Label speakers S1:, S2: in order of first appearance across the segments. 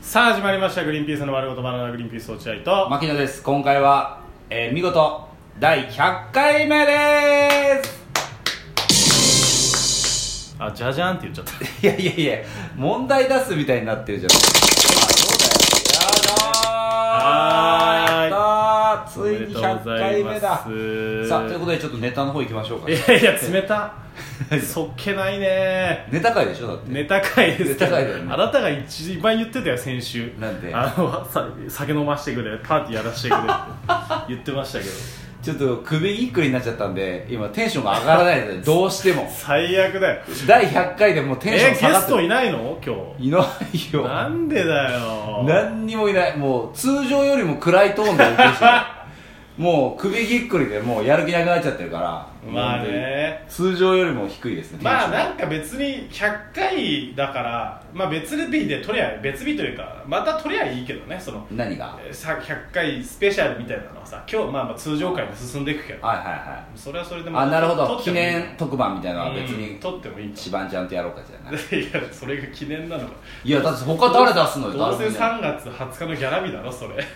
S1: さあ始まりました「グリーンピースの丸ごとバナナグリーンピース落合」と
S2: 牧野です今回は、えー見事第100回目です
S1: あじゃじゃんって言っちゃった
S2: いやいやいや問題出すみたいになってるじゃんあそうだよやだーやったーついに100回目ださあということでちょっとネタの方行きましょうか
S1: いやいや冷た そっけないね
S2: ネタ会でしょだって
S1: ネタ会ですけど
S2: ネタ会だよね
S1: あなたが一番言ってたよ先週
S2: なんで
S1: あのさ酒飲ましてくれパーティーやらしてくれって言 ってましたけど
S2: ちょっと首ぎっくりになっちゃったんで今テンションが上がらないのでどうしても
S1: 最悪だよ
S2: 第100回でもうテンショ
S1: え
S2: ン
S1: ゲ
S2: 下がっ
S1: ス
S2: て
S1: ト
S2: る
S1: いないの今
S2: いない
S1: 日
S2: よ
S1: なんでだよ
S2: 何にもいないもう通常よりも暗いトーンで言っ てるしもう首ぎっくりでもうやる気なくなっちゃってるから
S1: まあね
S2: 本当に通常よりも低いですね
S1: まあ
S2: テンション
S1: なんか別に100回だから、まあ、別日で取りゃ別日というかまた取りゃいいけどねその
S2: 何がはい
S1: えーさ100回スペシャルみたいなのはさ今日まあまあ通常回に進んでいくけど
S2: はいは
S1: それはそれで
S2: い
S1: ま
S2: あなるほど
S1: 取っ
S2: 記
S1: てもいい
S2: 念特番みたいなのは別
S1: う
S2: に
S1: ん取ってもいいと
S2: 一番ちゃんとやろうかじゃない
S1: いやそれが記念なのか
S2: いやだって他誰出すのよ
S1: どうせ
S2: 誰もいな
S1: 3
S2: い
S1: 月20日のギャラ日だろそれ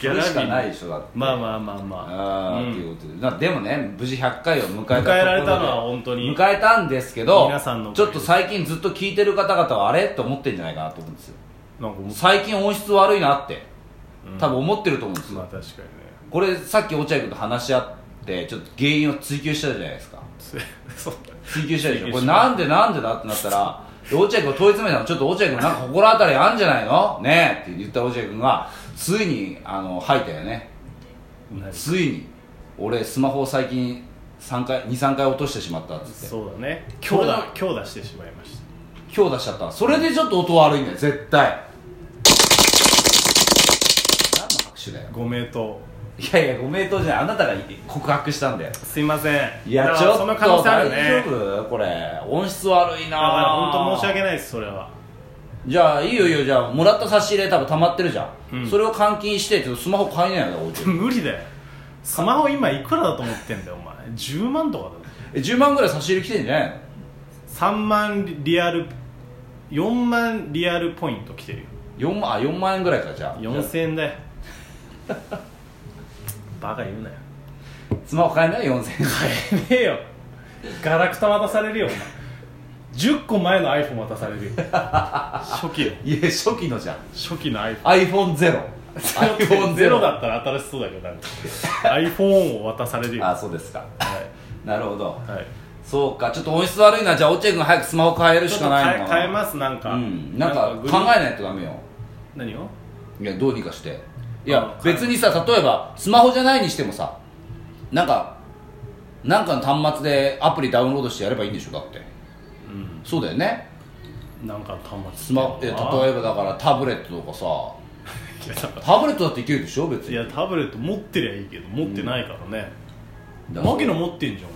S2: それしかないでしょだって
S1: まあまあまあまあ
S2: あー
S1: うん
S2: っていうことでなでもね無事100回を迎えたところで
S1: 迎えられたのは本当に
S2: 迎えたんですけど
S1: 皆さんのおかげ
S2: ちょ
S1: で
S2: っと最近ずっと聞いてる方々はあれと思ってんじゃないかなと思うんですよ
S1: なんかもう
S2: 最近音質悪いなって
S1: うん
S2: 多分思ってると思うんですよ、
S1: まあ確かにね
S2: これさっき落合君と話し合ってちょっと原因を追求したじゃないですか
S1: そそう
S2: 追求したでし
S1: 追
S2: ょ
S1: 求
S2: こ
S1: し
S2: れ
S1: た
S2: なんでなんでだってなったらで落合君を問い詰めたのちょっと落合君なんか心当たりあんじゃないのねえって言った落合君がついにあの吐いたよね
S1: 何
S2: ついに俺スマホを最近3回23回落としてしまったっつって
S1: そうだね
S2: そ
S1: 強
S2: れ
S1: 打
S2: が
S1: 強打してしまいました
S2: 今日出しちゃったそれでちょっと音悪いんだよ絶対何の拍手だよ
S1: ご名答
S2: いやいやご名答じゃないあなたが告白したんだよ
S1: すいません
S2: いや
S1: だか
S2: ち
S1: ら
S2: ょっ
S1: そ
S2: と
S1: の可能性あるね
S2: 大
S1: だか
S2: 丈夫これ音質悪いな
S1: ら本当申し訳ないですそれは
S2: じゃあいいよいいよじゃあもらった差し入れ多分溜まってるじゃん、
S1: うん
S2: それを換金してちょっとスマホ買えないよおうち
S1: 無理だよスマホ今いくらだと思ってんだよお前10万とかだよ
S2: え10万ぐらい差し入れ来てんじゃないの
S1: 3万リアル4万リアルポイント来てるよ
S2: 4万あ4万円ぐらいかじゃあ
S1: 4000円だよバカ言うなよ
S2: スマホ買えない4000円
S1: 買えねえよガラクタ渡されるよお前10個前の iPhone 渡されるよ初期よ
S2: いや初期のじゃん
S1: 初期の iPhone
S2: iPhone0
S1: ゼロだったら新しそうだけどなんか iPhone を渡されるよ
S2: あ
S1: は
S2: そうですか
S1: い、
S2: なるほど
S1: はい、
S2: そうかちょっと音質悪いなじゃあ落合君早くスマホ変えるしかない
S1: ちょっ
S2: のか
S1: と
S2: な
S1: 変え変えますなんか、
S2: うんなんか
S1: グリ
S2: 考
S1: ーン
S2: えないとダメよ
S1: 何を
S2: いやどうにかしてい
S1: あ
S2: や
S1: の
S2: 別にさ例えばスマホじゃないにしてもさなんかなんかの端末でアプリダウンロードしてやればいいんでしょだって
S1: うん
S2: そうだよね
S1: なんか端末
S2: スマえ例
S1: え
S2: えばだからタブレットとかさ
S1: いやだか
S2: タブレットだっていけるでしょ別
S1: ら
S2: に
S1: いやタブレット持ってりゃいいけど持ってないからね
S2: だから
S1: 牧野持ってんじゃんお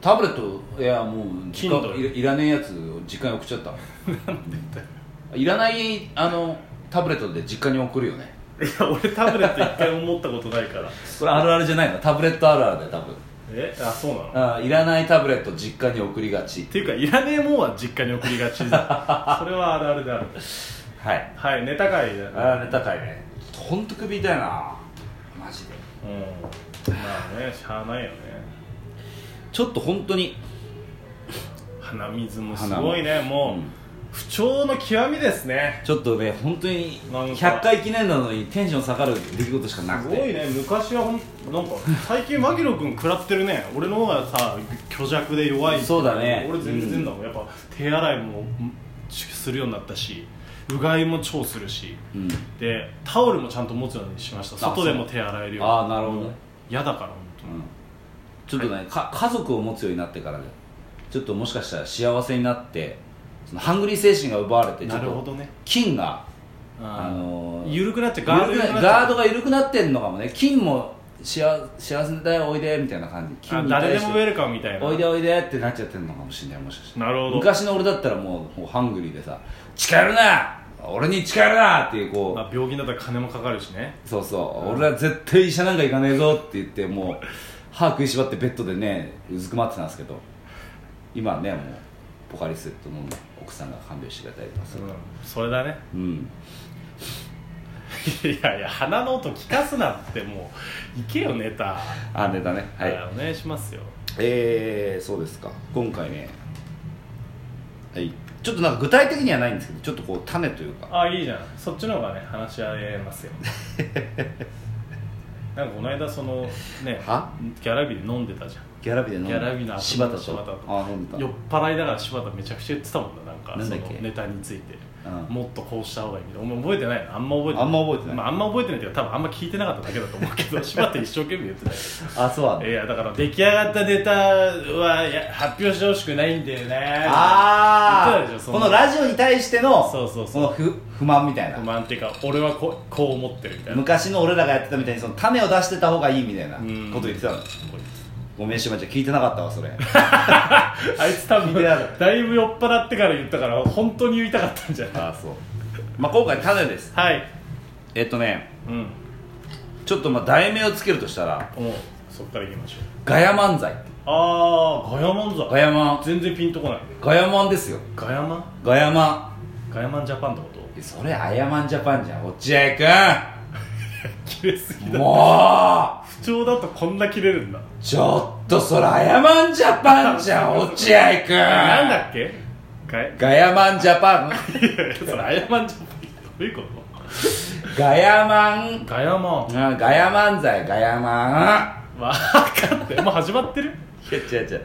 S2: タブレットいやもう時間
S1: Kindle
S2: いらいらねえやつを実家に送っち ゃったいらないあのタブレットで実家に送るよね
S1: 前なんかいや俺タブレット一回も持ったことないから
S2: これあるあるじゃないのタブレットあるあるだよ多分
S1: えあそうなのっ
S2: あいらないタブレット実家に送りがち
S1: ていうかいらねえもんは実家に送りがちだそれはあるあるである
S2: はい
S1: はいネタ会だ
S2: ああネタいねほんと首痛いなマジで
S1: うんまあねしゃあないよね
S2: ちょっと本当に
S1: 鼻水もすごいねもう、
S2: うん
S1: 不調の極みですね
S2: ちょっとね本当に
S1: なんか
S2: 100回記念なのにテンション下がる出来事しかな
S1: す
S2: く
S1: ごい
S2: て
S1: ね昔はほんなんか最近牧野君食らってるね俺の方がさ虚弱で弱い
S2: そうだね
S1: 俺全然だもん、やっぱ手洗いもんするようになったしうがいも超するし
S2: うん
S1: でタオルもちゃんと持つようにしました
S2: あ
S1: 外でも手洗えるように
S2: ああなるほどね
S1: 嫌だから本当に、
S2: うんちょっとね、か家族を持つようになってからねちょっともしかしたら幸せになってそのハングリー精神が奪われてちょ
S1: な
S2: っ
S1: るほ
S2: と
S1: どね
S2: 菌が
S1: あ
S2: あのー
S1: 緩くなっちゃうガード
S2: 緩く
S1: 緩くな
S2: な
S1: っちゃ
S2: ガ
S1: う
S2: ードが緩くなってんのかもね菌も幸幸せだよおいでみたいな感じ菌
S1: あ
S2: に対して
S1: 誰でもウェルカムみたいな
S2: おいでおいでってなっちゃってるのかもしれないもしかして
S1: なるほど
S2: 昔の俺だったらもうもうハングリーでさ「近寄るな俺に近寄るな!」っていうこう
S1: まあ、病気だったら金もかかるしね
S2: そうそう、俺は絶対医者なんか行かねえぞって言ってもう歯食いしばってベッドでねうずくまってたんですけど今はねもうポカリスエットの奥さんが看病してくれたりとかする、
S1: それだね
S2: うん、
S1: いやいや鼻の音聞かすなってもういけよネタ
S2: あネタねはい、
S1: お願いしますよ
S2: えー、そうですか今回ねはいちょっとなんか具体的にはないんですけどちょっとこう種というか
S1: あいいじゃんそっちの方がね話し合え ますよなんかこの間そのね
S2: は
S1: ギャラビーで飲んでたじゃん
S2: ギャラビで飲んだ
S1: ギャラビーの後
S2: 柴田と
S1: 柴田と
S2: あ飲んでた
S1: 酔っ払いだから柴田めちゃくちゃ言ってたもんななんか
S2: なん
S1: そ
S2: だ
S1: の
S2: っけ
S1: ネタについて、
S2: うん
S1: もっとこうした方がいいみたいなお前覚えてないのあんま覚えてない
S2: あんま覚えてない
S1: まあ、あんま覚えてないっていうか多分あんま聞いてなかっただけだと思うけど柴田一生懸命言ってたよ
S2: あそうなんだ
S1: いやだから出来上がったネタはいや発表してほしくないんだよね言
S2: あ
S1: ってたでしょ
S2: あ
S1: そ
S2: こ
S1: の
S2: のラジオに対しての
S1: そうそうそう
S2: この不不満みたいな
S1: 不満っていうか俺はこうこう思ってるみたいな
S2: 昔の俺らがやってたみたいにその種を出してた方がいいみたいな
S1: うん
S2: こと言ってたの
S1: こいつ
S2: ごめんしまちゃん聞いてなかったわそれ
S1: あいつ多分
S2: 聞いてある
S1: だいぶ酔っ払ってから言ったから本当に言いたかったんじゃない
S2: あそうまあ今回種です
S1: はい
S2: えっとね
S1: うん
S2: ちょっとまあ題名をつけるとしたら
S1: もうそっから行きましょう
S2: ガヤ漫才
S1: ああガヤマン
S2: ガ
S1: だ
S2: ヤマン
S1: 全然ピンとこない
S2: ガヤマンですよ
S1: ガヤマン
S2: ガヤマ
S1: ガヤマンジャパンってこと
S2: ンそれアヤマンジャパンじゃん落合く
S1: 切れすぎ
S2: ん
S1: だ
S2: も
S1: 不調だとこんな切れるんだ
S2: うちょっとそれアヤマンジャパンじゃん落合くん
S1: なんだっけガヤ
S2: ガヤマンジャパン
S1: いやいや それガヤマンジャパンってどういうこと
S2: ガヤマン
S1: ガヤマン
S2: あガヤ漫才ガヤマ
S1: わかってもう始まってる
S2: ンいや違う違う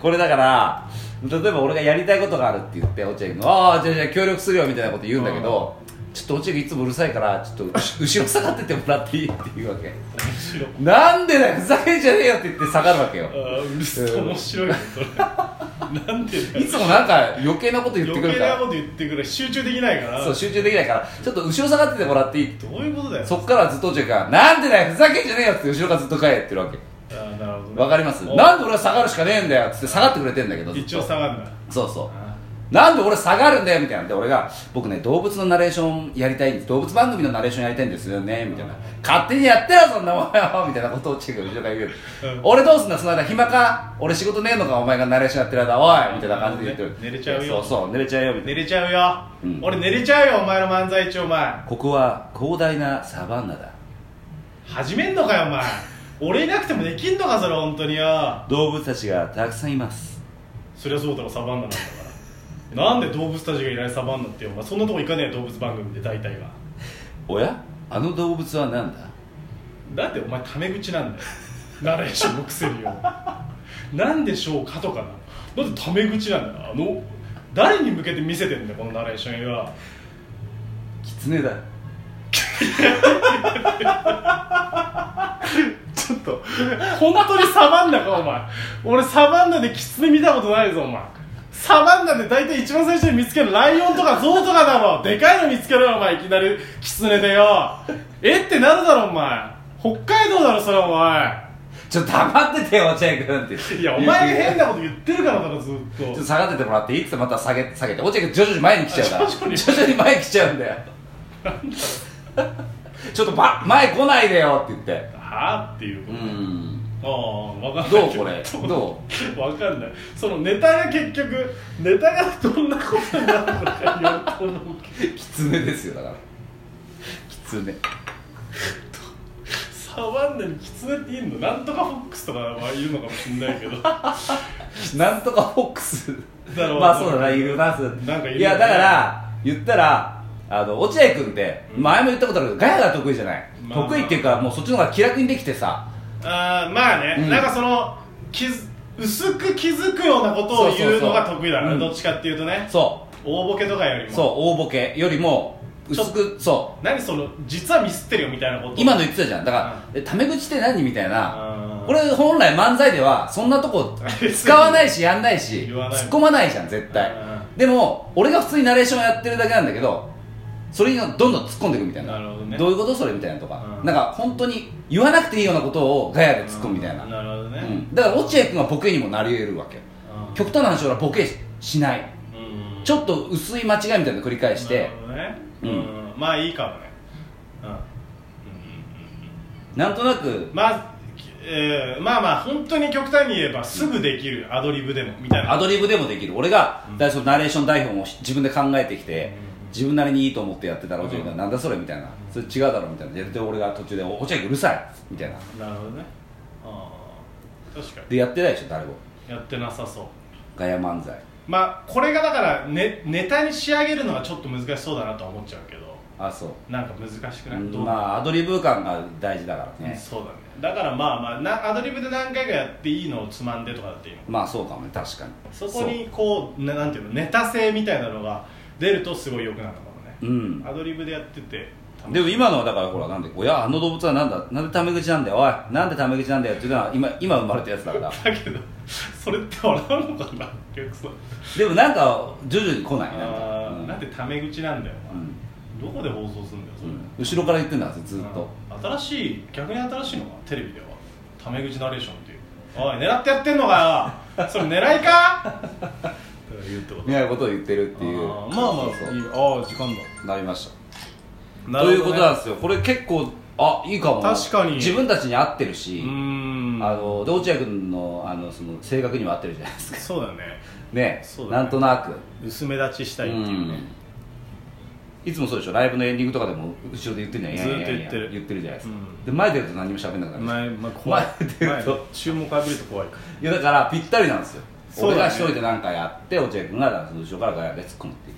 S2: これだから例えば俺がやりたいことがあるって言って落合君が「ああじゃあじゃあ協力するよ」みたいなこと言うんだけどちょっと落合君いつもうるさいからちょっと後 後ろ下がっててもらっていいって言うわけ
S1: 面白い
S2: なんでだよふざけんじゃねえよって言って下がるわけよ
S1: あーうるせえ面白いねそれなんでだ
S2: い
S1: よ
S2: つもなんか余計なこと言って
S1: 余
S2: くる
S1: 計
S2: か
S1: な
S2: ら
S1: こと言ってくれ集中できないから
S2: そう集中できないからちょっと後ろ下がっててもらっていいって
S1: どういうことだよ
S2: そっからずっと落合君が「なんでだよふざけんじゃねえよ」って後ろからずっと帰ってるわけ
S1: あーなるほどね
S2: わかります
S1: お
S2: なんで俺は下がるしかねえんだよっつって下がってくれてんだけどずっと
S1: 一応下がるんだ
S2: そうそう
S1: あ
S2: なんで俺下がるんだよみたいなんで俺が僕ね動物のナレーションやりたいんです動物番組のナレーションやりたいんですよねみたいな勝手にやってよそんなもんよみたいなことをチェック後ろから言う、
S1: うん
S2: 俺どうすんだその間暇か俺仕事ねえのかお前がナレーションやってる間おいみたいな感じで言ってる
S1: 寝れちゃうよ
S2: そうそう寝れちゃうよみ
S1: ー
S2: た
S1: 寝
S2: いな
S1: れちゃうよ、
S2: うん
S1: 俺寝れちゃうよお前の漫才中お前
S2: ここは広大なサバンナだ
S1: 始めんのかよお前俺いなくてもできんのかそれ本当によ
S2: 動物たちがたくさんいます
S1: そりゃそうだろサバンナなんだからなんで動物たちがいないサバンナってお前そんなとこ行かねえよ動物番組で大体が
S2: おやあの動物は何だ
S1: なんでお前タメ口なんだよ ナレーションのくせによなんでしょうかとかななんでタメ口なんだよあの誰に向けて見せてんだよこのナレーションは
S2: キツネだ
S1: ちょっと本当にサバンナかお前俺サバンナでキツネ見たことないぞお前サバンナで大体一番最初に見つけるライオンとかゾウとかだろでかいの見つけろよお前いきなりキツネでよえってなるだろお前北海道だろそれお前
S2: ちょっと黙っててよ落合君って
S1: いやお前が変なこと言ってるからだろずっと
S2: ちょっと下がっててもらっていいっつってまた下げ下げて落合君徐々に前に来ちゃうから
S1: あ徐々に
S2: 前に来ちゃうんだよちょっとば前来ないでよって言って
S1: はあっていう
S2: う
S1: こと、
S2: ん
S1: ああ分かんな
S2: ど
S1: いう
S2: これど
S1: 分かんないそのネタが結局ネタがどんなことになるのかによると思うけ
S2: うキツネですよだからキツネ
S1: どサバンナにキツネっているのなんとかフォックスとかはいるのかもしれないけど
S2: なんとかフォックス
S1: だろう
S2: まあそうだないるな
S1: なんかいるよね
S2: いやだから言ったらあの落合君って前も言ったことあるけどガヤが得意じゃない、
S1: まあまあ
S2: 得意っていうかもうそっちの方が気楽にできてさ
S1: ああまあね、
S2: うん
S1: なんかその気づ薄く気づくようなことを言うのが得意だな
S2: そうそうそううん
S1: どっちかっていうとね
S2: そ
S1: 大ボケとかより
S2: う
S1: も
S2: そう大ボケよりも薄くそう
S1: 何その実はミスってるよみたいなこと
S2: 今の言ってたじゃんだからえ「タメ口って何?」みたいな
S1: あー
S2: これ本来漫才ではそんなとこ使わないしやんないし
S1: 言わない
S2: 突っ込まないじゃん絶対
S1: う
S2: でも俺が普通にナレーションやってるだけなんだけどそれにどんどん突っ込んでいくみたいな
S1: なるほどね
S2: ういうことそれみたいなとか
S1: うん
S2: なんか本当に言わなくていいようなことをガヤで突っ込むみたいな
S1: うんなるほどね、
S2: うんだから落合君はボケにもなり得るわけよ
S1: うん
S2: 極端な話俺はボケしない
S1: うん
S2: ちょっと薄い間違いみたいなの繰り返し
S1: な
S2: て
S1: るほどね、
S2: う
S1: うんんまあいいかもね、うん
S2: なんとなく
S1: まあえーまあまあ本当に極端に言えばすぐできるアドリブでもみたいな
S2: アドリブでもできる俺が、だからそのナレーション台本を自分で考えてきて、自分なりにいいと思ってやってたら落合君がなんだそれみたいなそれ違うだろみたいなやって俺が途中で「お落合君うるさい」みたいな
S1: なるほどねあー確か
S2: でやってないでしょ誰も
S1: にやってなさそう
S2: ガヤ漫才
S1: まあこれがだからネネタに仕上げるのはちょっと難しそうだなとは思っちゃうけど
S2: あそう
S1: なんか難しくない、
S2: うん
S1: どう
S2: まあアドリブ感が大事だからね
S1: そうだねだからまあまあなアドリブで何回かやっていいのをつまんでとかだっていいの
S2: まあそうかもね確かに
S1: そこにこうななんていうのネタ性みたいなのが出るとすごい良くなるのかもね
S2: そううん
S1: アドリブでやってて
S2: でも今のはだからほらなんで「おやあの動物はなんだなんでタメ口なんだよおいなんでタメ口なんだよ」っていうのは今今生まれたやつだから
S1: だけど それって笑うのかなお客さん
S2: でもなんか徐々に来ないなんか、
S1: あ
S2: う
S1: ー
S2: ん
S1: なんでタメ口なんだよ、お前
S2: うん
S1: どこで放送するんだよそれ、
S2: 後ろから言ってんだずっと、
S1: うん新しい逆に新しいのかテレビではタメ口ナレーションっていうおい狙ってやってんのかよそれ狙いかというってこと
S2: みたいなことを言ってるっていう
S1: あーまあまあ
S2: そうそう
S1: いいああ時間
S2: なりました
S1: だ
S2: ということなん
S1: う
S2: ですよこれ結構あいいかも
S1: 確かに
S2: 自分たちに合ってるし、
S1: ーん
S2: あので落合君のあのその性格にも合ってるじゃないですか
S1: そうだね
S2: ね
S1: そうだね
S2: なんとなく
S1: 薄め立ちしたいっていうね、
S2: いつもそうでしょライブのエンディングとかでも後ろで言ってるじゃん
S1: ずーっと
S2: いやいやいや
S1: 言ってる
S2: 言ってるじゃないですか、
S1: うん
S2: で前出ると何も喋んなくなる
S1: 前まあ、怖い
S2: 前出ると
S1: 前注目浴びると怖いか
S2: いやだからぴったりなんですよ、
S1: そうだ
S2: 俺
S1: ね
S2: が一人で何かやって落合君がだからその後ろからガヤで突っ込むっていう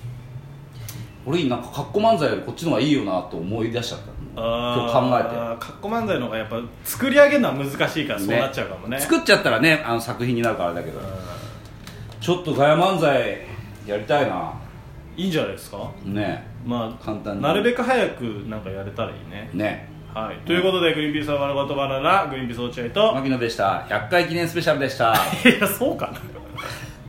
S2: 俺なんか格好漫才よりこっちの方がいいよなと思い出しちゃった今日考えて
S1: 考えてカッコ漫才の方がやっぱ作り上げるのは難しいからそう
S2: ね
S1: なっちゃうかもね
S2: 作っちゃったらねあの作品になるからあれだけどちょっとガヤ漫才やりたいない
S1: いんじゃないですか
S2: ね
S1: まあ
S2: 簡単に
S1: なるべく早くなんかやれたらいいね
S2: ね
S1: はい、ということで、グリーンピースは丸ごとバナナ、グリーンピース落合と、
S2: 牧野でした100回記念スペシャルでした
S1: いや、そうかな。